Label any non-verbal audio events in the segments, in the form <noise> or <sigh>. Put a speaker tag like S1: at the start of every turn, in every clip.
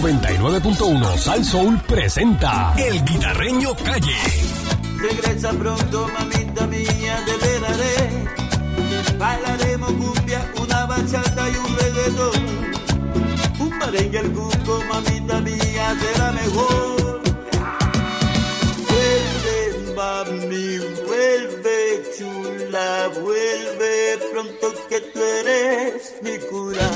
S1: 99.1 Sal Soul presenta El Guitarreño Calle.
S2: Regresa pronto, mamita mía, te esperaré. Bailaremos cumbia, una bachata y un reggaetón. Un merengue al cuco, mamita mía, será mejor. Vuelve, mami, vuelve, chula, vuelve pronto que tú eres mi cura.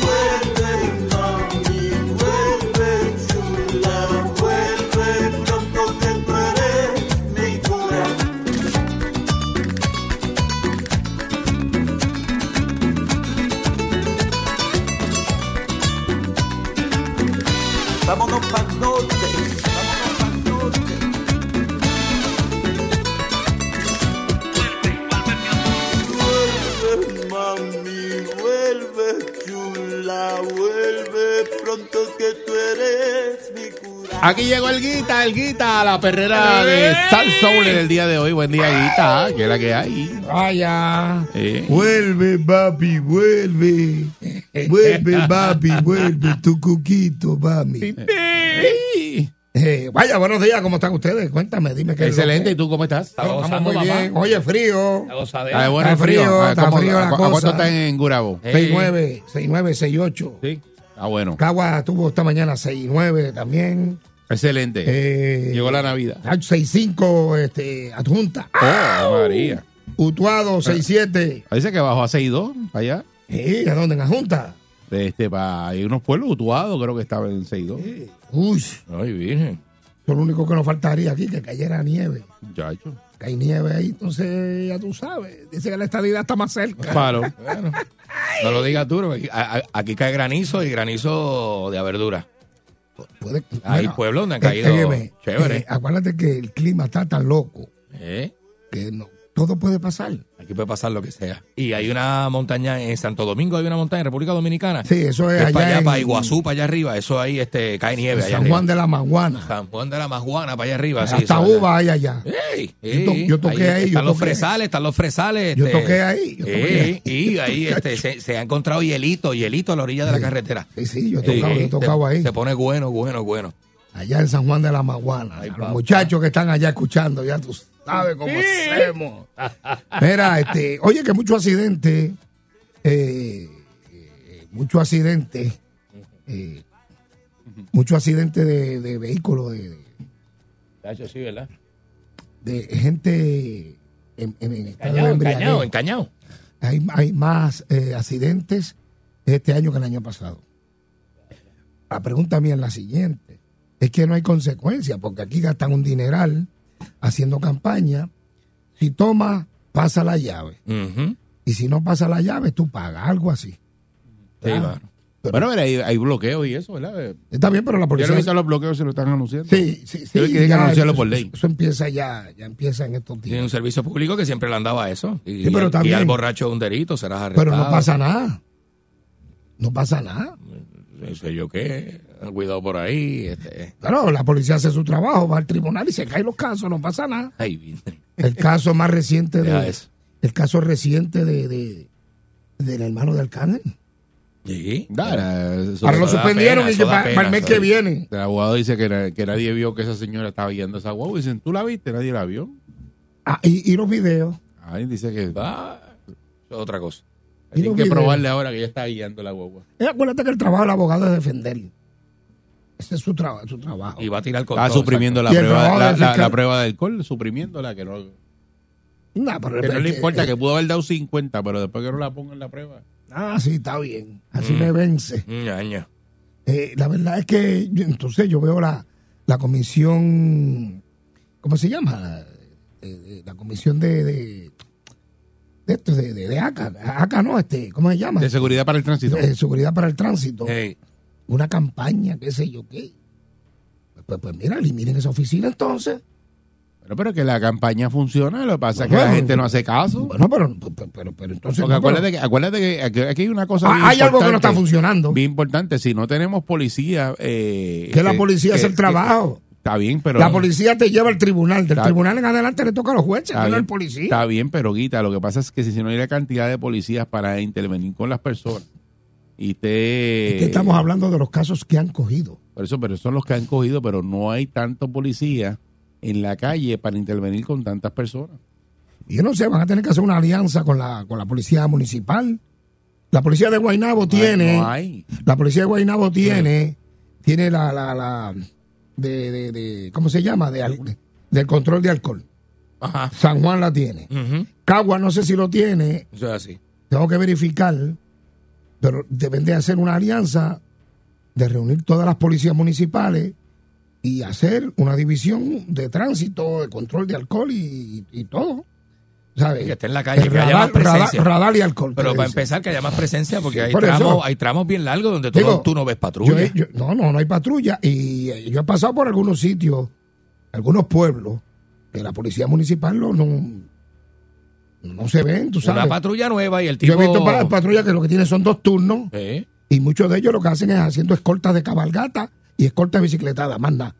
S2: Vuelve, mami, vuelve, chula, vuelve pronto que tú eres mi cura. Vámonos pa'l norte, vámonos pa'l norte. Vuelve, mami, vuelve, chula, vuelve pronto que tú eres mi
S3: Ah,
S2: cura.
S4: Aquí llegó el Guita, el Guita, la perrera de Sal Soul en el día de hoy. Buen día, Guita, que es la que hay.
S5: Vaya.
S4: Eh,
S6: Vuelve, papi, vuelve. Vuelve, papi, vuelve. Tu cuquito, papi.
S4: sí.
S5: Eh, vaya, buenos días, ¿cómo están ustedes? Cuéntame, dime qué es lo
S4: Excelente, ¿y tú cómo estás?
S5: que- Estamos muy bien. Oye, frío.
S4: Ah, bueno,
S5: Está
S4: el frío.
S5: frío,
S4: Ah,
S5: está
S4: ¿cómo-
S5: frío
S4: a,
S5: la
S4: cu- a cuánto
S5: cosa.
S4: está en Gurabo?
S5: 6-9, 6-9, 6-8.
S4: Sí. Ah, bueno.
S5: Cagua tuvo esta mañana 6-9 también.
S4: Excelente.
S5: Eh,
S4: Llegó la Navidad.
S5: 6-5, este, adjunta.
S4: Oh, María.
S5: Utuado
S4: Ah.
S5: 6-7.
S4: Parece que bajó a 6-2 allá.
S5: Eh, ¿A dónde? En adjunta.
S4: De este, pa, hay unos pueblos utuados, creo que estaba en 6-2.
S5: Uy, eso
S4: Ay, virgen.
S5: es lo único que nos faltaría aquí, que cayera nieve.
S4: Muchacho.
S5: Que hay nieve ahí, entonces ya tú sabes. Dice que la estadidad está más cerca.
S4: Palo.
S7: No lo digas duro. Aquí, a- a- aquí cae granizo y granizo de verdura.
S5: Puede-
S7: Hay
S5: bueno,
S7: pueblos donde han
S5: eh,
S7: caído.
S5: óyeme, eh,
S7: chévere.
S5: acuérdate que el clima está tan loco
S7: ¿eh?
S5: que no, todo puede pasar.
S7: Aquí puede pasar lo que sea. Y hay una montaña en Santo Domingo, hay una montaña en República Dominicana.
S5: Sí, eso
S7: que
S5: es
S7: es
S5: allá
S7: para allá,
S5: en-
S7: para Iguazú, para allá arriba. Eso ahí este, cae nieve. allá
S5: San Juan
S7: arriba.
S5: de la Manguana.
S7: San Juan de la Majuana, para allá arriba. sí,
S5: Hasta
S7: eso es
S5: uva hay allá.
S7: allá. Ey,
S5: Yo to-
S7: ey,
S5: yo toqué ahí, yo
S7: Están los
S5: toqué.
S7: fresales, están los fresales.
S5: Yo
S7: este,
S5: toqué ahí, yo toqué
S7: ey,
S5: ahí.
S7: Y ahí este, se, se ha encontrado hielito, hielito a la orilla de la carretera.
S5: Sí, sí, yo he
S7: Ey,
S5: tocado, yo he
S7: ey,
S5: tocado
S7: se-
S5: ahí.
S7: Se pone bueno, bueno, bueno.
S5: Allá en San Juan de la Maguana.
S7: Ay,
S5: los
S7: papá.
S5: muchachos que están allá escuchando, ya tú sabes cómo
S7: <laughs>
S5: hacemos. Mira, este, oye, que mucho accidente. eh, eh, mucho accidente. eh, mucho accidente de, de vehículos, de,
S7: Sí, ¿verdad?
S5: de gente en, en- en estado de
S7: Encañado,
S5: embriaguez.
S7: encañado, encañado.
S5: Hay, hay más eh, accidentes este año que el año pasado. La pregunta mía es la siguiente. Es que no hay consecuencias, porque aquí gastan un dineral haciendo campaña. Si tomas, pasa la llave.
S7: Ujú.
S5: Y si no pasa la llave, tú pagas, algo así.
S7: Sí,
S5: Ah,
S7: mano.
S4: Bueno, pero hay, hay bloqueos y eso, ¿verdad? Eh,
S5: Está bien, pero la
S4: Yo
S5: policía...
S4: no he visto los bloqueos, se lo están anunciando.
S5: Sí, sí, sí.
S4: Yo le quería
S5: ya,
S4: anunciarlo
S5: eso-
S4: por ley.
S5: Eso empieza ya, ya empieza en estos
S7: Tiene
S5: días.
S7: un servicio público que siempre le andaba a eso. Y,
S5: Sí, pero
S7: y al-
S5: también-
S7: y al borracho es un delito, serás arrestado.
S5: Pero no pasa nada. No pasa nada.
S7: No sé yo qué. Cuidado por ahí. Este.
S5: Claro, la policía hace su trabajo, va al tribunal y se caen los casos, no pasa nada.
S7: Ay, bien.
S5: El caso más reciente
S7: Deja
S5: de,
S7: eso.
S5: el caso reciente de, de- del hermano del Arcángel.
S7: Sí.
S4: Dara, Eh, eso-
S5: Ahora lo
S7: eso da
S5: suspendieron
S7: pena,
S5: y
S7: eso
S5: que
S7: da
S5: pa-
S7: pena,
S5: para el mes
S7: eso
S5: que
S7: da-
S5: viene.
S4: El abogado dice que, na- que nadie vio que esa señora estaba guiando esa guagua. Dicen, ¿tú la viste? Nadie la vio.
S5: Ah, y, y los videos.
S4: Ay, dice que
S7: Va. Eso es Otra cosa.
S5: Y los
S4: tienen que
S5: videos.
S4: probarle ahora que ella está guiando la guagua.
S5: Eh, acuérdate que el trabajo del abogado es defender. Ese es su, traba- su trabajo.
S7: Y va a tirar con
S4: Está
S7: todo,
S4: suprimiendo la
S5: Y el
S4: prueba,
S5: trabajo
S4: la,
S5: del
S4: la-
S5: fiscal-
S4: la prueba de alcohol, suprimiéndola, que no,
S5: Nah, pero
S4: que no le
S5: eh,
S4: importa,
S5: eh,
S4: que pudo haber dado 50, pero después que no la pongan en la prueba.
S5: Ah, sí, está bien.
S7: Mm.
S5: Así me vence.
S7: exacto. Ñaña.
S5: Eh, la verdad es que yo- entonces yo veo la, la comisión, ¿cómo se llama? Eh, eh, la comisión de... de de esto, de, de, de ACA, ACA no, este, ¿cómo se llama?
S4: De seguridad para el tránsito. Eh.
S5: Eh, seguridad para el tránsito,
S7: Ey,
S5: una campaña, qué sé yo qué. Pues, pues, pues mira, eliminen esa oficina entonces.
S4: Pero, pero que la campaña funciona, lo que pasa es que
S5: Bueno.
S4: la gente no hace caso.
S5: Bueno, pero, pero, pero, pero entonces...
S4: Porque
S5: no, pero-
S4: acuérdate que, acuérdate que aquí- aquí hay una cosa.
S5: Ah,
S4: bien
S5: hay algo que no está
S4: importante.
S5: funcionando.
S4: bien importante. Si no tenemos policía. eh,
S5: Que la policía hace el trabajo.
S4: está bien, pero.
S5: la policía te lleva al tribunal, del
S4: Está-
S5: tribunal en adelante le toca a los jueces,
S4: Está
S5: no
S4: bien,
S5: al policía.
S4: Está bien, pero Guita, lo que pasa es que si no hay la cantidad de policías para intervenir con las personas y esté...
S5: Es que estamos hablando de los casos que han cogido.
S4: Por eso, pero son los que han cogido, pero no hay tanto policía en la calle para intervenir con tantas personas.
S5: Y yo no sé, van a tener que hacer una alianza con la, con la policía municipal. La policía de Guaynabo tiene.
S4: No hay.
S5: La policía de Guaynabo tiene. Tiene la. la, la de, de- de- ¿Cómo se llama? De, al- de- del control de alcohol.
S7: Ajá.
S5: San Juan la tiene.
S7: Ujú.
S5: Cagua no sé si lo tiene.
S7: Eso es así.
S5: Tengo que verificar. Pero deben de hacer una alianza. De reunir todas las policías municipales. Y hacer una división de tránsito, de control de alcohol y, y todo. ¿Sabes?
S7: Que esté en la calle,
S5: El
S7: que haya
S5: radar,
S7: más
S5: radar,
S7: presencia.
S5: radar y alcohol.
S7: Pero
S5: que
S7: para
S5: dicen.
S7: empezar, que haya más presencia, porque hay,
S5: Por eso.
S7: tramos, hay tramos bien largos donde tú,
S5: Digo,
S7: no, tú no ves
S5: Yo
S7: patrulla.
S5: he- yo- no, no, no hay patrulla. Y eh, yo he pasado por algunos sitios, algunos pueblos, que la policía municipal no, no, no se ven, tú
S7: Una
S5: sabes.
S7: patrulla nueva y el
S5: Yo
S7: tipo...
S5: he visto pa- patrullas que lo que tienen son dos turnos
S7: Sí.
S5: y muchos de ellos lo que hacen es haciendo escoltas de cabalgata y escoltas de bicicletada, más nada.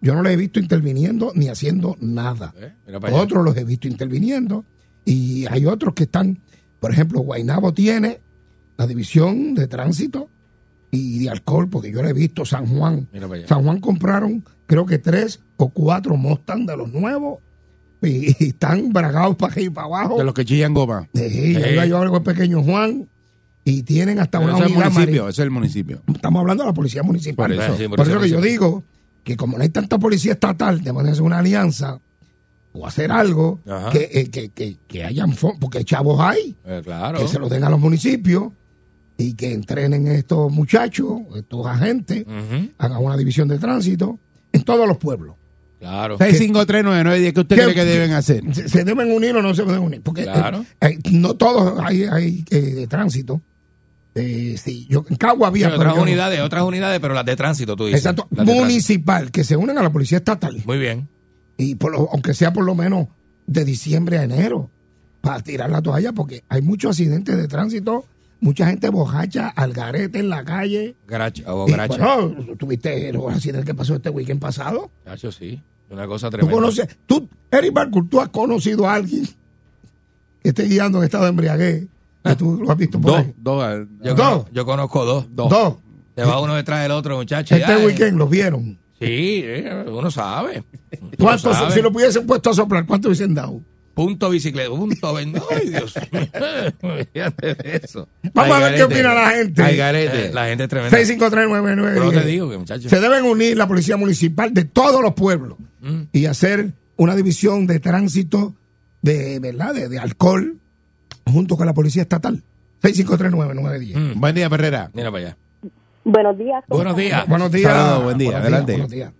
S5: Yo no les he visto interviniendo ni haciendo nada.
S7: Eh, mira para allá.
S5: Otros los he visto interviniendo y hay otros que están, por ejemplo, Guainabo tiene la división de tránsito y de alcohol, porque yo lo he visto, San Juan.
S7: Mira para allá.
S5: San Juan compraron creo que tres o cuatro Mustang de los nuevos y, y están bragados para arriba y para abajo.
S4: De los que chillan goma.
S5: Sí, yo
S7: Sí.
S5: iba yo algo pequeño Juan y tienen hasta
S4: Pero
S5: una
S4: Eso es el
S5: unidad
S4: municipio,
S5: mari-
S4: eso es el municipio.
S5: Estamos hablando de la policía municipal.
S4: Por eso.
S5: Por
S7: Sí,
S5: eso,
S7: policía
S5: que yo
S7: municipal.
S5: digo que como no hay tanta policía estatal, deben hacer una alianza o hacer algo
S7: Ajá.
S5: que, eh, que, que, que hayan fon- porque chavos hay,
S7: Eh, claro.
S5: que se los den a los municipios y que entrenen estos muchachos, estos agentes,
S7: Ujú,
S5: hagan una división de tránsito en todos los pueblos.
S7: Claro.
S4: 6539910, ¿qué usted
S5: ¿Qué-
S4: cree que deben hacer?
S5: se, se deben unir o no se deben unir. Porque eh,
S7: Claro.
S5: eh, no todos hay, hay eh, de tránsito. Eh, sí, yo, en Cagua había.
S7: Sí,
S5: pero
S7: otras
S5: yo no.
S7: unidades, otras unidades, pero las de tránsito, tú dices.
S5: Exacto,
S7: Las de tránsito.
S5: municipal, que se unen a la policía estatal.
S7: Muy bien.
S5: Y por lo- aunque sea por lo menos de diciembre a enero, para tirar la toalla, porque hay muchos accidentes de tránsito, mucha gente borracha, al garete en la calle.
S7: Garacha, o
S5: Y,
S7: garacha.
S5: bueno, tuviste el accidente que pasó este weekend pasado.
S7: Gacho, sí. Una cosa
S5: Tú
S7: tremenda.
S5: conoces, tú, Eric Barcourt, tú has conocido a alguien que esté guiando en estado de embriaguez. Que tú lo has visto por
S4: Dos,
S5: ahí.
S4: dos. ah, al-
S7: Yo,
S5: Dos.
S7: conozco- yo conozco dos.
S5: Dos.
S7: Te va uno detrás del otro, muchacho.
S5: Este
S7: ya, eh.
S5: weekend los vieron.
S7: Sí, eh, uno sabe. Uno
S5: ¿Cuántos,
S7: sabe.
S5: si lo pudiesen puesto a soplar, cuántos hubiesen dado?
S7: Punto bicicleta.
S5: <laughs>
S7: Punto ven- Ay, Dios mío. <laughs> Olvídate de eso.
S5: Vamos
S7: Ay,
S5: a ver qué
S7: garete.
S5: opina la gente.
S4: Al
S7: Eh,
S4: garete.
S7: La gente es tremenda. Pero te
S5: 6539910.
S7: digo que, muchacho.
S5: Se deben unir la policía municipal de todos los pueblos
S7: Mm.
S5: y hacer una división de tránsito de, ¿verdad? De, de alcohol junto con la policía estatal. 6539910.
S7: Mm.
S4: Buen día, Perrera.
S7: Mira para allá.
S8: Buenos días. ¿cómo
S7: Buenos
S8: están?
S7: días.
S5: Buenos días.
S4: Saludos, buen día,
S5: Buenos
S4: adelante.
S5: buenos días.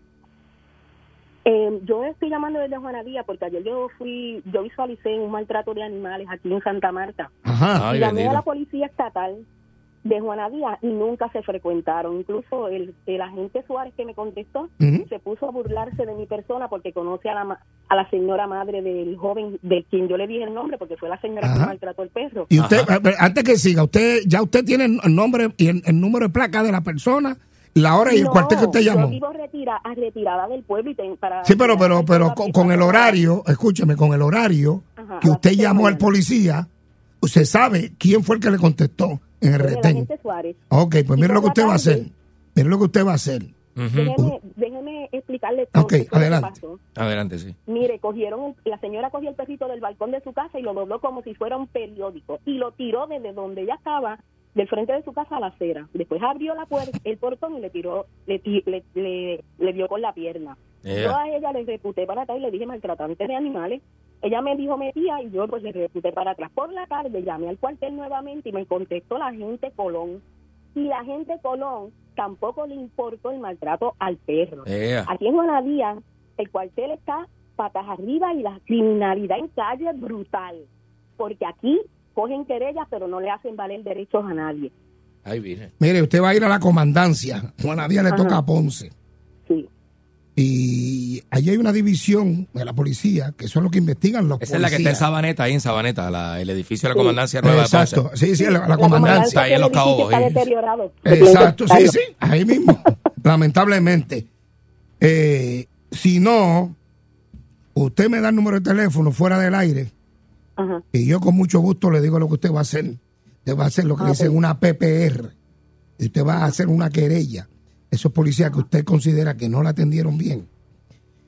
S8: Eh, yo estoy llamando desde Juanadía porque ayer yo fui, yo visualicé un maltrato de animales aquí en Santa Marta.
S4: Ah.
S5: Ajá.
S7: Ay,
S8: Llamé a la
S7: bendito.
S8: policía estatal de Juanadía y nunca se frecuentaron. Incluso el, el agente Suárez que me contestó
S5: Ujú.
S8: se puso a burlarse de mi persona porque conoce a la, ma- a la señora madre del joven, de quien yo le dije el nombre porque fue la señora
S5: Ajá.
S8: que maltrató al perro.
S5: Y usted, eh, eh, antes que siga, usted ya usted tiene el nombre y el, el número de placa de la persona, la hora y el
S8: No,
S5: cuartel que usted llamó.
S8: Yo vivo retira, a retirada del pueblo y ten- para...
S5: Sí, pero pero pero
S8: para-
S5: con, con el horario, escúcheme, con el horario
S8: Ajá,
S5: que
S8: a las
S5: usted
S8: seis de la
S5: llamó al
S8: mañana.
S5: policía, usted sabe quién fue el que le contestó en el
S8: El
S5: retén.
S8: agente Suárez.
S5: Ok, pues
S8: Y
S5: mire
S8: por
S5: lo que
S8: la
S5: usted va a
S8: tarde-
S5: hacer. Mire lo que usted va a hacer.
S7: Ujú.
S8: Déjeme, déjeme explicarle
S5: Ok,
S8: qué fue lo que
S5: adelante.
S8: pasó.
S7: Adelante, sí.
S8: Mire, cogieron, el- la señora cogió el perrito del balcón de su casa y lo dobló como si fuera un periódico y lo tiró desde donde ella estaba, del frente de su casa a la acera. Después abrió la puerta, el portón y le tiró, le, ti- le, le- le dio con la pierna.
S7: Ea.
S8: Yo a ella le reputé para atrás y le dije maltratante de animales. Ella me dijo metía y yo pues le reputé para atrás. Por la tarde llamé al cuartel nuevamente y me contestó la gente Colón. Y la gente Colón tampoco le importó el maltrato al perro.
S7: Ea.
S8: Aquí en Juanadía, el cuartel está patas arriba y la criminalidad en calle es brutal. Porque aquí cogen querellas, pero no le hacen valer derechos a nadie.
S7: Ay, virgen.
S5: Mire, usted va a ir a la comandancia. Juana Díaz le
S8: Ajá.
S5: toca a Ponce.
S8: Sí.
S5: Y allí hay una división de la policía, que son los que investigan los
S7: Esa es la que está en
S5: policías.
S7: Sabaneta, ahí en Sabaneta, la- el edificio de la
S8: Sí.
S7: comandancia nueva de Ponce.
S5: Exacto, sí, sí, la, la
S8: La
S5: comandancia.
S8: comandancia
S7: Ahí en los
S8: del edificio
S7: Caobos,
S8: Está
S7: ahí.
S8: deteriorado.
S5: Exacto, sí,
S8: Claro.
S5: sí, ahí mismo, lamentablemente. Eh, si no, usted me da el número de teléfono fuera del aire
S8: Ajá.
S5: y yo con mucho gusto le digo lo que usted va a hacer. Usted va a hacer lo que
S8: Ah,
S5: dicen
S8: pues.
S5: una PPR, y usted va a hacer una querella, esos policías que usted considera que no la atendieron bien,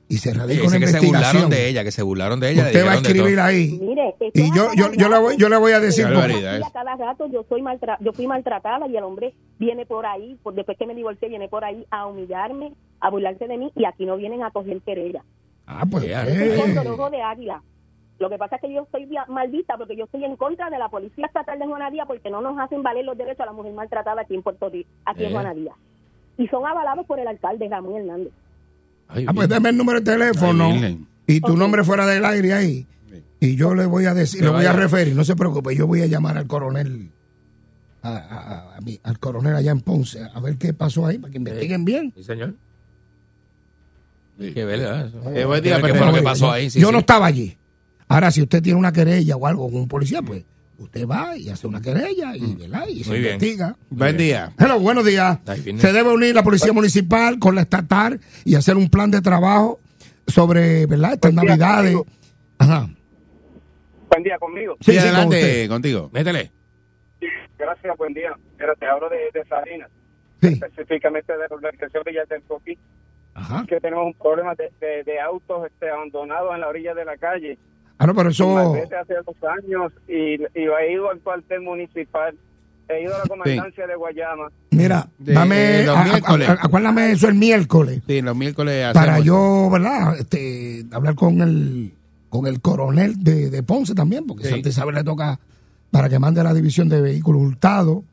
S5: y se
S7: Sí,
S5: radica una
S7: dice que se burlaron
S5: investigación,
S7: de ella, que se burlaron de ella. le
S5: usted va a
S7: dijeron de todo.
S5: escribir ahí.
S8: Mire, esto
S5: Y yo,
S8: a
S5: yo,
S8: cada
S5: yo, le voy, yo le voy a decir,
S7: Qué
S8: Yo
S5: porque-
S7: barbaridad,
S8: aquí
S7: ¿eh?
S8: a cada rato yo soy maltra- yo fui maltratada y el hombre viene por ahí, por después que me divorcié, viene por ahí a humillarme, a burlarse de mí y aquí no vienen a coger querella.
S5: ah, pues,
S7: Ya.
S5: eh,
S8: Soy con ojo de águila. Lo que pasa es que yo soy via- mal vista porque yo estoy en contra de la policía estatal de Juanadía porque no nos hacen valer los derechos a la mujer maltratada aquí en Puerto Rico, aquí
S7: Eh.
S8: en Juanadía. Y son avalados por el alcalde Ramón Hernández.
S7: Ay,
S5: ah, pues
S7: bien.
S5: deme el número de teléfono
S4: Ay, Virgen.
S5: y tu nombre fuera del aire ahí. Y yo le voy a decir,
S7: Que
S5: le voy a
S7: vaya.
S5: referir, no se preocupe, yo voy a llamar al coronel, a, a- a- a mi- al coronel allá en Ponce, a ver qué pasó ahí, para que investiguen bien.
S7: Sí, señor. Qué verdad. eso.
S4: Eh, buen día,
S7: Hay que ver ¿Qué
S4: Pepe.
S7: fue lo que
S5: Yo-
S7: pasó ahí? Sí,
S5: yo
S7: sí.
S5: no estaba allí. Ahora, si usted tiene una querella o algo con un policía, pues usted va y hace una querella y, ¿verdad? y se
S7: Mm. Muy bien.
S5: investiga.
S4: Buen día.
S5: Hello, buenos días.
S7: Ahí viene.
S5: Se debe unir la policía municipal con la estatal y hacer un plan de trabajo sobre, ¿verdad? Estas
S3: Buen día,
S5: navidades.
S3: conmigo.
S5: Ajá.
S3: Buen día conmigo.
S4: Sí,
S5: Sí, sí, con
S4: adelante,
S5: usted.
S4: contigo.
S7: Métele.
S3: Gracias, buen día. Pero te hablo de, de Salinas,
S5: Sí.
S3: específicamente de la organización Villar del Coquí,
S5: Ajá.
S3: que tenemos un problema de, de- de autos este, abandonados en la orilla de la calle.
S5: Ah, no, pero eso.
S3: Malvete hace dos años y, y he ido al cuartel municipal, he ido a la comandancia de Guayama.
S5: Mira,
S4: De-
S5: dame.
S4: de los
S5: a- a-
S4: miércoles.
S5: a- acuérdame eso el miércoles.
S4: Sí, los miércoles hacemos.
S5: Para yo, ¿verdad? Este, hablar con el con el coronel de, de Ponce también, porque
S7: Sí.
S5: Santa Isabel le toca para que mande a la división de vehículos hurtados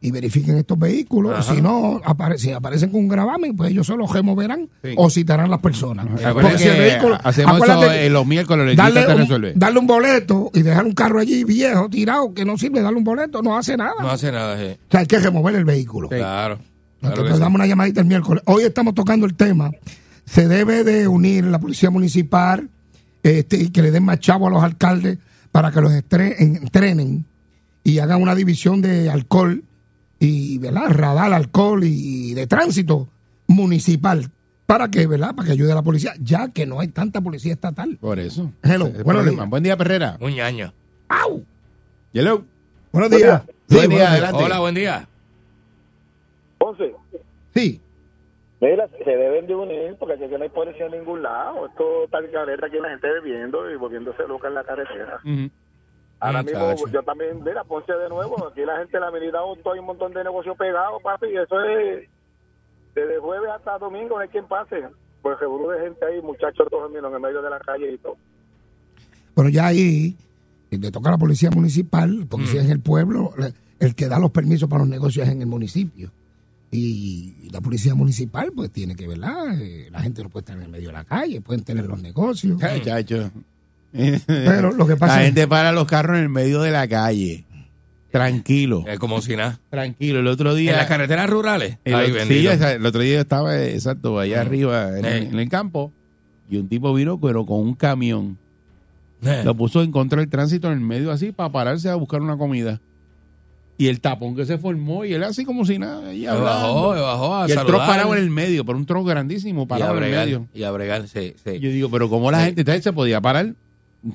S5: y verifiquen estos vehículos.
S7: Ajá.
S5: Si no, apare- si aparecen con un gravamen, pues ellos se los removerán
S4: Sí.
S5: o citarán las personas.
S4: Acuérdate que hacemos eso
S5: acuérdate-
S4: eh, los miércoles, el
S5: darle,
S4: te
S5: un,
S4: resuelve.
S5: darle un boleto y dejar un carro allí viejo, tirado, que no sirve, darle un boleto, no hace nada.
S7: No hace nada, sí.
S5: O sea, hay que remover el vehículo.
S7: Claro. claro
S5: Nosotros
S7: que sí.
S5: damos una llamadita el miércoles. Hoy estamos tocando el tema. Se debe de unir la policía municipal este, y que le den más chavo a los alcaldes para que los estre- en- entrenen y hagan una división de alcohol y, ¿verdad? Radar alcohol y, y de tránsito municipal para que, ¿verdad? Para que ayude a la policía, ya que no hay tanta policía estatal.
S4: Por eso.
S5: Hello,
S4: Ese es el
S5: buenos
S4: problema.
S5: días.
S4: Buen día, Perrera.
S7: Un ñaño.
S5: ¡Au!
S4: Hello.
S5: Buenos días. Sí,
S4: buen día,
S5: buenos días.
S4: adelante.
S7: Hola, buen día.
S3: Entonces,
S5: Sí.
S3: mira, se deben de unir porque aquí no hay policía en ningún lado. Esto tal careta que la gente bebiendo y volviéndose loca en la carretera. Ahora mismo,
S7: Muchacho.
S3: yo también, mira, Ponce de nuevo, aquí la gente, la medida auto, hay un montón de negocios pegados, papi, y eso es desde jueves hasta domingo, no hay quien pase. Pues seguro de gente ahí, muchachos todos en el medio de la calle y todo.
S5: Pero ya ahí eh, le toca a la policía municipal, porque si es en el pueblo, le- el que da los permisos para los negocios es en el municipio. Y, y la policía municipal, pues tiene que, ¿verdad? Eh, la gente no puede estar en el medio de la calle, pueden tener los negocios.
S4: Ay, chacho.
S5: Pero lo que pasa
S4: La
S5: es-
S4: gente para los carros en el medio de la calle. Tranquilo.
S7: Eh, como si nada.
S4: Tranquilo. El otro día.
S7: En las carreteras rurales.
S4: El,
S7: Ay,
S4: otro- sí,
S7: <laughs> bendito.
S4: esa- el otro día yo estaba, eh, exacto, allá
S7: Mm.
S4: arriba en,
S7: Eh.
S4: en el campo y un tipo vino, pero con un camión.
S7: Eh,
S4: <laughs> Lo puso en contra del tránsito en el medio así para pararse a buscar una comida. Y el tapón que se formó y él así como si nada. ahí
S7: Me
S4: hablando.
S7: bajó, me bajó a
S4: y el tro
S7: saludar.
S4: parado en el medio, por un tro grandísimo
S7: y a
S4: parado en el
S7: bregar, Eh.
S4: medio.
S7: y a bregar, sí, sí.
S4: Yo digo, pero como la
S7: Sí.
S4: gente entonces se podía parar,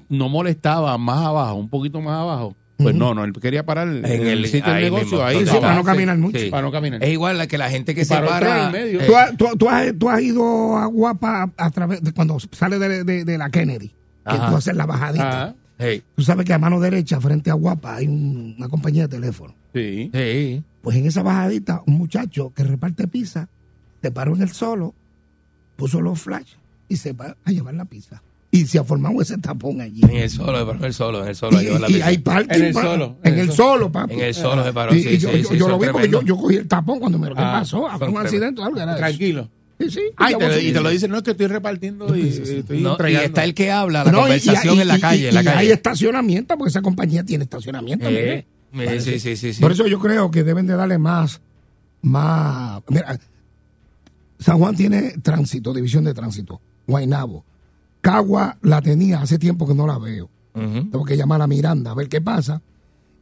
S4: no molestaba más abajo, un poquito más abajo. Pues
S5: Ujú.
S4: no, no, él quería parar en
S7: En el-
S4: el sitio del
S7: ahí
S4: negocio
S7: mismo,
S4: ahí.
S5: Sí,
S7: total.
S5: para no
S4: pararse,
S5: caminar mucho.
S7: Sí. Eh,
S4: Para no caminar.
S7: Es igual la que la gente que se
S4: Para otro
S7: para
S4: en el medio.
S7: eh,
S5: ¿Tú, has- tú- tú has, tú has ido a Guapa a, a través de cuando sale de, de- de la Kennedy, que
S7: Ajá.
S5: tú haces la bajadita.
S4: Ajá,
S7: hey,
S5: Tú sabes que a mano derecha, frente a Guapa, hay un- una compañía de teléfono.
S4: sí.
S7: sí.
S5: Pues en esa bajadita, un muchacho que reparte pizza se paró en el solo, puso los flash y se va a llevar la pizza. Y se ha formado ese tapón allí.
S7: En el solo, se paró en el solo, en el solo.
S5: y,
S7: ahí va la
S5: y
S7: pizza.
S5: hay parking.
S4: En el
S5: pa-
S4: solo,
S5: En el solo, papi.
S7: En el solo se paró.
S5: Y-
S7: sí,
S5: y yo,
S7: sí,
S5: yo-
S7: sí,
S5: yo
S7: son
S5: lo vi porque yo,
S7: tremendos.
S5: yo cogí el tapón cuando me lo que
S4: Ah,
S5: pasó.
S7: son
S5: Fue un
S7: tremendos.
S5: accidente o algo.
S7: eh,
S5: Era eso.
S4: Tranquilo.
S5: Sí, sí.
S4: Ay,
S5: Ya
S4: te
S5: vos-
S4: lo- y te lo dicen, no es que estoy repartiendo y, y estoy
S7: No, y
S4: entregando.
S7: está el que habla, la
S5: No, y-
S7: conversación
S5: y-
S7: en la
S5: y-
S7: calle.
S5: y-
S7: en la
S5: y
S7: calle.
S5: hay estacionamiento porque esa compañía tiene estacionamiento. mire.
S7: Eh, eh, sí, sí, sí, sí.
S5: Por eso yo creo que deben de darle más, más. Mira, San Juan tiene tránsito, división de tránsito, Guainabo. Cagua la tenía hace tiempo que no la veo.
S7: Ujú.
S5: Tengo que llamar a Miranda a ver qué pasa.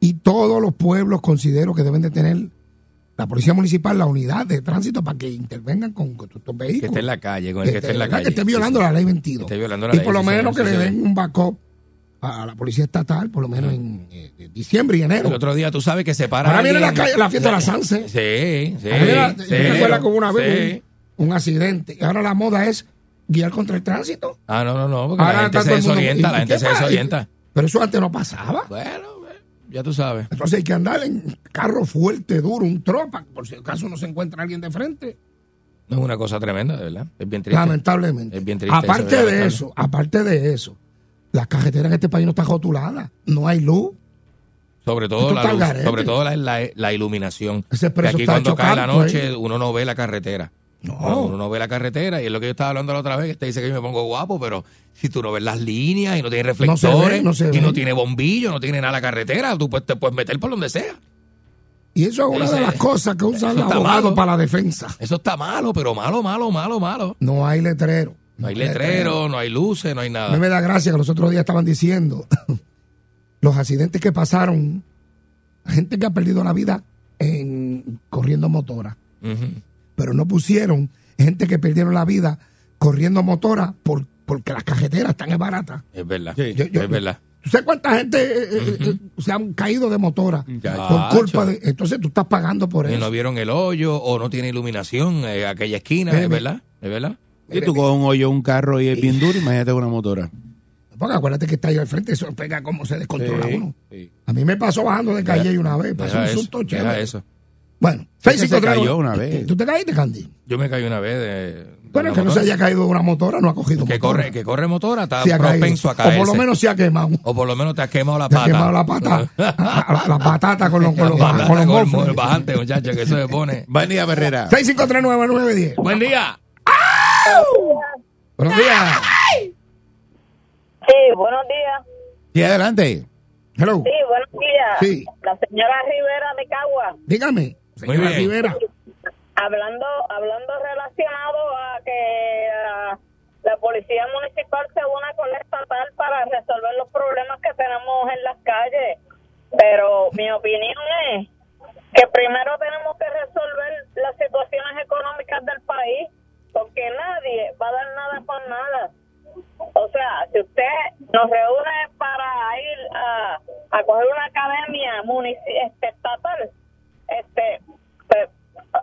S5: Y todos los pueblos considero que deben de tener la policía municipal, la unidad de tránsito para que intervengan con, con estos vehículos. Este,
S7: Que esté en la calle, con el que esté en la
S5: ¿verdad?
S7: calle.
S5: Que Eh, esté violando
S7: Sí, sí.
S5: la ley 22.
S7: Que esté violando la
S5: Y por
S7: ley,
S5: lo
S7: sí,
S5: menos
S7: señor,
S5: que
S7: sí,
S5: le
S7: señor.
S5: den un backup a la policía estatal, por lo menos en eh, diciembre y enero.
S7: El otro día tú sabes que se para.
S5: Ahora viene la,
S7: alguien-
S5: calle- la fiesta de la Sanse.
S7: Sí, sí.
S5: Ahora viene la-
S7: sí,
S5: yo me acuerdo como una vez
S7: sí.
S5: un, un accidente. Y ahora la moda es guiar contra el tránsito.
S7: Ah, no, no, no, porque
S5: Ahora
S7: la gente
S5: está
S7: se
S5: todo el mundo-
S7: desorienta,
S5: ¿y
S7: la gente
S5: qué
S7: se
S5: pasa?
S7: desorienta.
S5: Pero eso antes no pasaba.
S7: Bueno, bueno, ya tú sabes.
S5: Entonces hay que andar en carro fuerte, duro, un tropa, por si acaso no se encuentra alguien de frente.
S7: No es una cosa tremenda, de verdad. Es bien triste.
S5: Lamentablemente.
S7: Es bien triste eso,
S5: aparte
S7: es
S5: de
S7: lamentable.
S5: eso, aparte de eso, las carreteras en este país no están rotuladas, no hay luz.
S7: Sobre todo
S5: Esto
S7: la
S5: está al
S7: luz,
S5: garete.
S7: sobre todo la, la- la iluminación.
S5: Ese
S7: Que
S5: expreso
S7: aquí
S5: está
S7: cuando
S5: hecho
S7: cae la
S5: canto,
S7: noche
S5: ¿eh?
S7: uno no ve la carretera.
S5: No.
S7: Uno no ve la carretera y es lo que yo estaba hablando la otra vez, que te dice que yo me pongo guapo, pero si tú no ves las líneas y no tienes
S5: ve,
S7: reflectores
S5: no se
S7: y no
S5: ve.
S7: tiene bombillo, no tiene nada la carretera, tú pues, te puedes meter por donde sea.
S5: Y eso es una de
S7: Ese-
S5: las cosas que usan
S7: eso
S5: los
S7: está
S5: abogados
S7: malo.
S5: para la defensa.
S7: Eso está malo, pero malo, malo, malo, malo.
S5: No hay letrero.
S7: No hay letrero, no hay luces, no hay
S5: A mí
S7: nada.
S5: me da gracia que los otros días estaban diciendo <laughs> los accidentes que pasaron, gente que ha perdido la vida en corriendo motora,
S7: Ujú.
S5: pero no pusieron gente que perdieron la vida corriendo motora por, porque las carreteras están baratas.
S7: Es verdad.
S4: Sí.
S5: Yo- yo-
S7: es verdad.
S5: ¿Tú sabes cuánta gente eh, eh, eh, se han caído de motora por
S7: Chacho.
S5: culpa de... Entonces tú estás pagando por
S7: Y
S5: eso.
S7: no vieron el hoyo o no tiene iluminación eh, aquella esquina,
S5: Mire,
S7: es
S5: mire.
S7: verdad, es verdad.
S4: Y tú coges un hoyo, un carro y es bien duro, imagínate una motora.
S5: Porque acuérdate que está ahí al frente, eso pega como se descontrola
S4: Sí,
S5: uno.
S4: sí.
S5: A mí me pasó bajando de calle y una vez, pasó
S7: Deja
S5: un
S7: eso,
S5: susto
S7: deja
S5: chévere.
S7: eso.
S5: Bueno,
S4: Sé que se
S5: 653.
S4: cayó una vez.
S5: ¿Tú te caíste, Candy?
S7: Yo me caí una vez de, de
S5: Bueno,
S7: una
S5: que no se
S7: motora.
S5: haya caído de una motora, no ha cogido
S7: que
S5: motora.
S7: corre, que corre motora, está
S5: Se ha caído.
S7: propenso a
S5: O
S7: caerse.
S5: por lo menos se ha quemado.
S7: O por lo menos te has quemado la
S5: Se ha
S7: pata.
S5: quemado la
S7: <laughs>
S5: pata, la, la patata con los, con los,
S7: Patata
S5: con los
S7: con el
S5: golfos.
S7: mo- bajante, muchacho, que eso
S5: <laughs>
S7: se pone.
S4: Buen día, Herrera.
S5: 6539910.
S7: Buen día.
S5: Buenos días.
S8: Sí, buenos días.
S4: Sí, adelante.
S5: Hello.
S8: Sí, buenos días.
S5: Sí.
S8: La señora Rivera de Cagua,
S5: Dígame. Señora
S7: bien.
S5: Rivera.
S8: hablando hablando relacionado a que ah, la policía municipal se una con la estatal para resolver los problemas que tenemos en las calles. Pero mi opinión es que primero tenemos que resolver las situaciones económicas del país, porque nadie va a dar nada por nada. O sea, si usted nos reúne para ir a, a coger una academia munici- este, estatal, este, pues,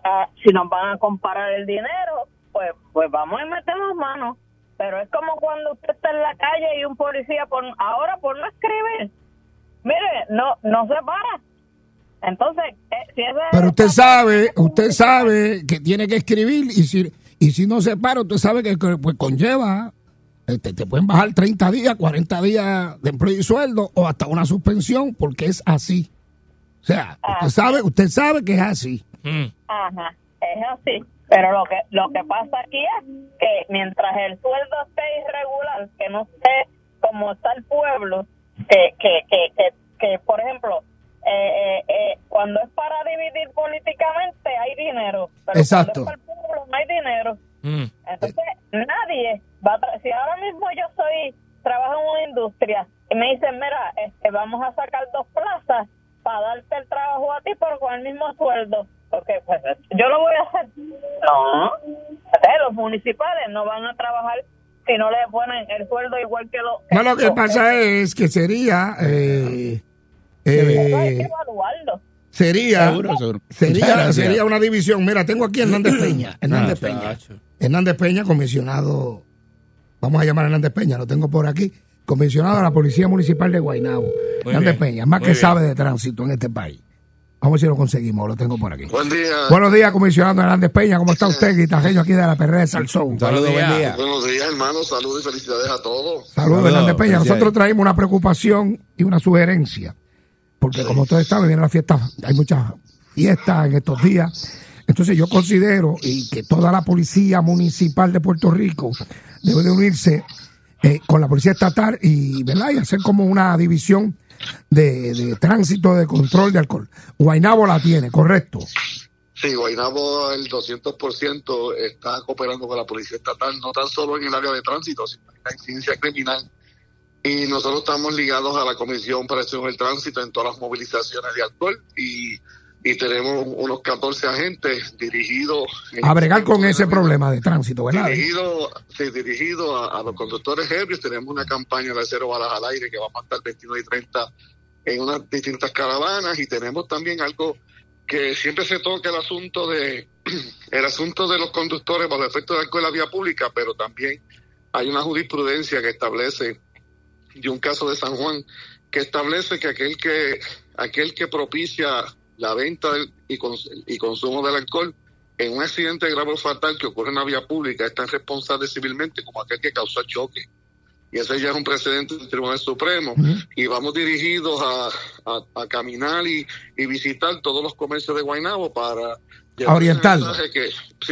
S8: ah, si nos van a comparar el dinero, pues, pues vamos y metemos manos. Pero es como cuando usted está en la calle y un policía, por, ahora por no escribir, mire, no, no se para. Entonces, eh, si ese es
S5: Pero
S8: el
S5: usted
S8: papel-
S5: sabe, usted sabe que tiene que escribir y si, y si no se para, usted sabe que que, pues, conlleva, este, te pueden bajar 30 días, 40 días de empleo y sueldo o hasta una suspensión porque es así. O sea,
S4: Ah,
S5: usted sabe, usted sabe que es así.
S7: Mm.
S8: Ajá, es así. Pero lo que lo que pasa aquí es que mientras el sueldo esté irregular, que no esté como está el pueblo, que, que, que, que, que, por ejemplo, eh, eh, eh, cuando es para dividir políticamente hay dinero, pero
S5: Exacto.
S8: cuando es para el pueblo no hay dinero.
S7: Mm.
S8: Entonces, nadie va a tra- si ahora mismo yo soy trabajo en una industria y me dicen, mira, este, vamos a sacar dos plazas para darte el trabajo a ti, pero con el mismo sueldo. Porque, pues, yo lo voy a hacer. No. Entonces, los municipales no van a trabajar si no le ponen el sueldo igual que los...
S5: No, lo que
S8: los-
S5: pasa es que sería, eh,
S8: Eso hay que
S5: eh,
S8: evaluarlo.
S5: sería,
S4: Seguro, seguro. Muchas
S5: sería,
S4: gracias.
S5: sería una división. Mira, tengo aquí a
S7: <clears throat>
S5: Hernández Peña. Hernández
S4: Ah,
S5: Peña.
S7: chacho.
S5: Hernández Peña, comisionado, vamos a llamar a Hernández Peña, lo tengo por aquí, comisionado de la Policía Municipal de Guaynabo. Hernández
S7: bien,
S5: Peña, más
S7: muy
S5: que
S7: bien.
S5: sabe de tránsito en este país. Vamos a ver si lo conseguimos, lo tengo por aquí.
S3: Buen día.
S5: Buenos días, comisionado Hernández Peña, ¿cómo está usted, guitarreño aquí de la Perrera de Salsón?
S4: Saludos,
S7: Buenos
S4: buen día.
S3: Buenos días, hermano. Saludos y felicidades a todos.
S5: Saludos, Hernández Peña.
S4: felicidades.
S5: Nosotros traímos una preocupación y una sugerencia, porque como ustedes saben, vienen las fiestas, hay muchas fiestas en estos días. Entonces yo considero y que toda la policía municipal de Puerto Rico debe de unirse eh, con la policía estatal y, ¿verdad? y hacer como una división de, de tránsito de control de alcohol. Guainabo la tiene, correcto.
S3: Sí, Guaynabo el 200% está cooperando con la policía estatal, no tan solo en el área de tránsito, sino en la incidencia criminal. Y nosotros estamos ligados a la Comisión para Acción del Tránsito en todas las movilizaciones de alcohol y
S9: y tenemos unos 14 agentes dirigidos. en-
S5: A bregar con ese problema de tránsito, ¿verdad?
S9: Dirigido, sí, dirigido a, a los conductores ebrios, tenemos una campaña de cero balas al aire que va a estar 29 y 30 en unas distintas caravanas y tenemos también algo que siempre se toca el asunto de <clears throat> el asunto de los conductores bajo el efecto de alcohol en la vía pública, pero también hay una jurisprudencia que establece de un caso de San Juan que establece que aquel que aquel que propicia la venta del- y, cons- y consumo del alcohol en un accidente grave o fatal que ocurre en la vía pública es tan responsable civilmente como aquel que causó el choque. Y ese ya es un precedente del Tribunal Supremo. Y vamos dirigidos a, a- a caminar y, y visitar todos los comercios de Guaynabo para... llevar
S5: A orientarlo.
S9: ese mensaje Que,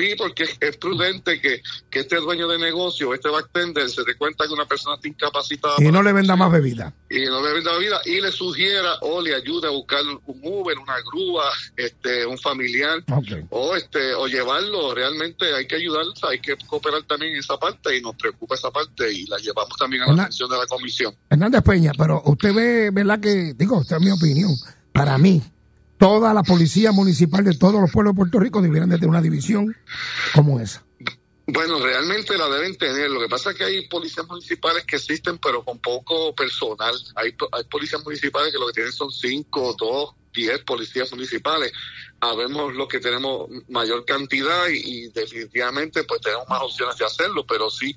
S9: sí, porque es prudente que, que este dueño de negocio, este bartender, se dé cuenta que una persona está incapacitada
S5: Y no le venda más bebida.
S9: y no le venda vida y le sugiera o le ayude a buscar un Uber, una grúa, este, un familiar
S5: Ok.
S9: o este o llevarlo. Realmente hay que ayudar, hay que cooperar también en esa parte y nos preocupa esa parte y la llevamos también a
S5: Hola.
S9: la atención de la comisión.
S5: Hernández Peña, pero usted ve, ¿verdad que, digo, esta es mi opinión, para mí, toda la policía municipal de todos los pueblos de Puerto Rico debieran de tener una división como esa.
S9: Bueno, realmente la deben tener. Lo que pasa es que hay policías municipales que existen, pero con poco personal. Hay, po- hay policías municipales que lo que tienen son cinco, dos, diez policías municipales. Habemos los que tenemos mayor cantidad y, y definitivamente pues tenemos más opciones de hacerlo, pero sí,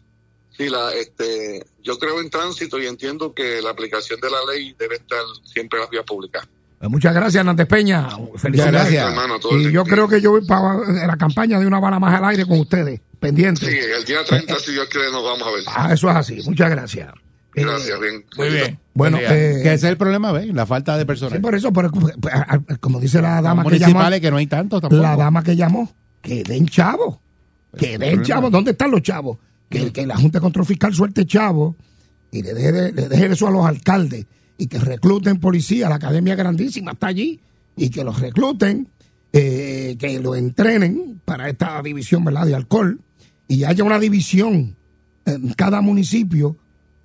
S9: sí la, este, yo creo en tránsito y entiendo que la aplicación de la ley debe estar siempre en la vía pública.
S5: Pues muchas gracias, Hernández Peña. Felicidades.
S4: gracias.
S9: Hermano, todo
S5: Y
S9: el-
S5: yo creo que yo voy para la campaña de una bala más al aire con ustedes, pendiente.
S9: Sí, el día 30, si Dios quiere, nos vamos a ver.
S5: Ah, eso es así. Muchas gracias. Eh,
S9: Gracias, bien.
S7: Muy bien.
S5: Bueno,
S7: Buen día.
S5: eh,
S4: Que ese es el problema, ¿ves? La falta de
S5: sí,
S4: personal.
S5: por eso, pero, pues, a- a- como dice la dama que llamó,
S4: municipales que no hay tantos tampoco.
S5: la dama que llamó, que den chavos, que den chavos. ¿Dónde están los chavos? Que, que la Junta de Control Fiscal suelte chavos y le deje, de- le deje eso a los alcaldes y que recluten policía. La academia grandísima está allí y que los recluten, eh, que lo entrenen para esta división ¿verdad? de alcohol y haya una división en cada municipio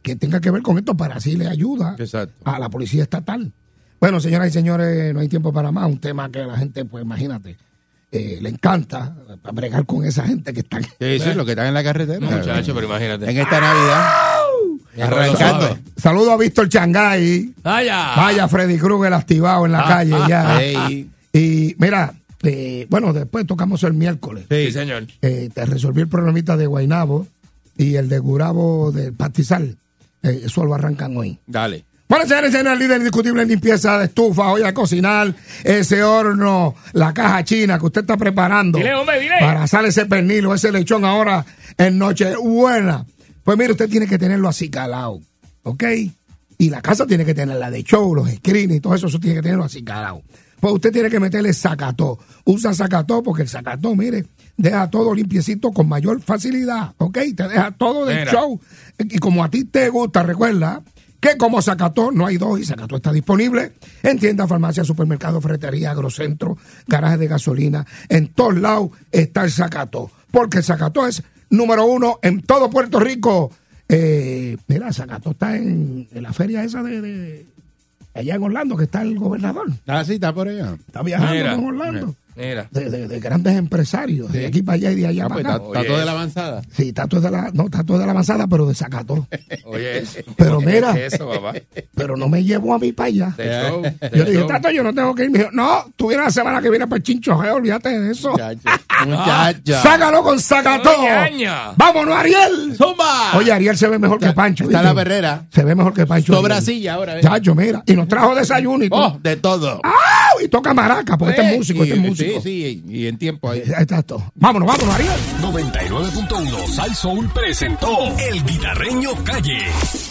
S5: que tenga que ver con esto para así le ayuda
S4: Exacto.
S5: a la policía estatal. Bueno, señoras y señores, no hay tiempo para más. Un tema que a la gente, pues imagínate, eh, le encanta eh, bregar con esa gente que está
S4: Sí, sí, los que están en la carretera.
S7: Muchacho, pero
S4: En
S7: imagínate.
S4: esta Navidad. Arrancando.
S5: Saludo a Víctor Changay.
S7: ¡Vaya!
S5: Vaya Freddy Krueger activado en la calle ya.
S4: Ey.
S5: Y mira, eh, bueno, después tocamos el miércoles.
S7: Sí, señor.
S5: Eh, te resolví el problemita de Guainabo y el de Gurabo del Pastizal. Eh, eso lo arrancan hoy.
S4: Dale.
S5: Bueno, señores, señores, el líder indiscutible en limpieza de estufa, olla de cocinar, ese horno, la caja china que usted está preparando.
S10: Dile, hombre, dile.
S5: Para hacer ese pernil o ese lechón ahora en Nochebuena. Pues mire, usted tiene que tenerlo así calado, ¿ok? Y la casa tiene que tener la de show, los screens y todo eso, eso tiene que tenerlo así calado. Pues usted tiene que meterle sacató. Usa sacató porque el sacató, mire, deja todo limpiecito con mayor facilidad, ¿ok? Te deja todo de
S7: Mira.
S5: show. Y como a ti te gusta, recuerda que como Zacató no hay dos y Zacató está disponible en tiendas, farmacias, supermercados, ferretería, agrocentro, garajes de gasolina. En todos lados está el Zacató. Porque el Zacató es número uno en todo Puerto Rico. Eh, mira, Zacató está en, en la feria esa de, de- allá en Orlando, que está el gobernador.
S4: Ah, sí, está por allá.
S5: Está viajando
S7: Mira.
S5: en Orlando.
S7: Mira.
S5: De, de- de grandes empresarios, de aquí para allá y de allá
S4: Ah,
S5: para
S4: pues,
S5: acá.
S4: está, está todo de la avanzada.
S5: Sí, está todo de la, no, está todo de la avanzada, pero
S4: <laughs>
S5: de Zacató.
S7: Oye, eso.
S5: Pero mira. <laughs>
S7: Eso, papá.
S5: Pero no me llevó a mí para allá.
S7: De show. de
S5: Yo le dije,
S7: show.
S5: Tato, yo no tengo que ir. Me dijo, no, tú vienes la semana que viene para el chinchojeo, olvídate de eso.
S7: <laughs>
S5: Ah,
S4: Muchacha. Muchacha.
S5: Sácalo con sacató.
S7: Oye, Aña.
S5: Vámonos, Ariel.
S4: ¡Zumba!
S5: Oye, Ariel se ve mejor que Pancho.
S4: Está la
S5: ¿viste?
S4: perrera.
S5: Se ve mejor que Pancho.
S4: Sobra
S5: Ariel.
S4: silla ahora. ¿ves?
S5: Chacho, mira. Y nos trajo desayuno y todo.
S4: Oh, de todo.
S5: ¡Ah! Y toca maraca, porque este
S4: Eh,
S5: es músico, este es
S4: y-
S5: músico.
S4: Sí, sí, y en tiempo ahí.
S5: Exacto. Vámonos, vámonos, Ariel.
S1: 99.1 Sal Soul presentó El Guitarreño Calle.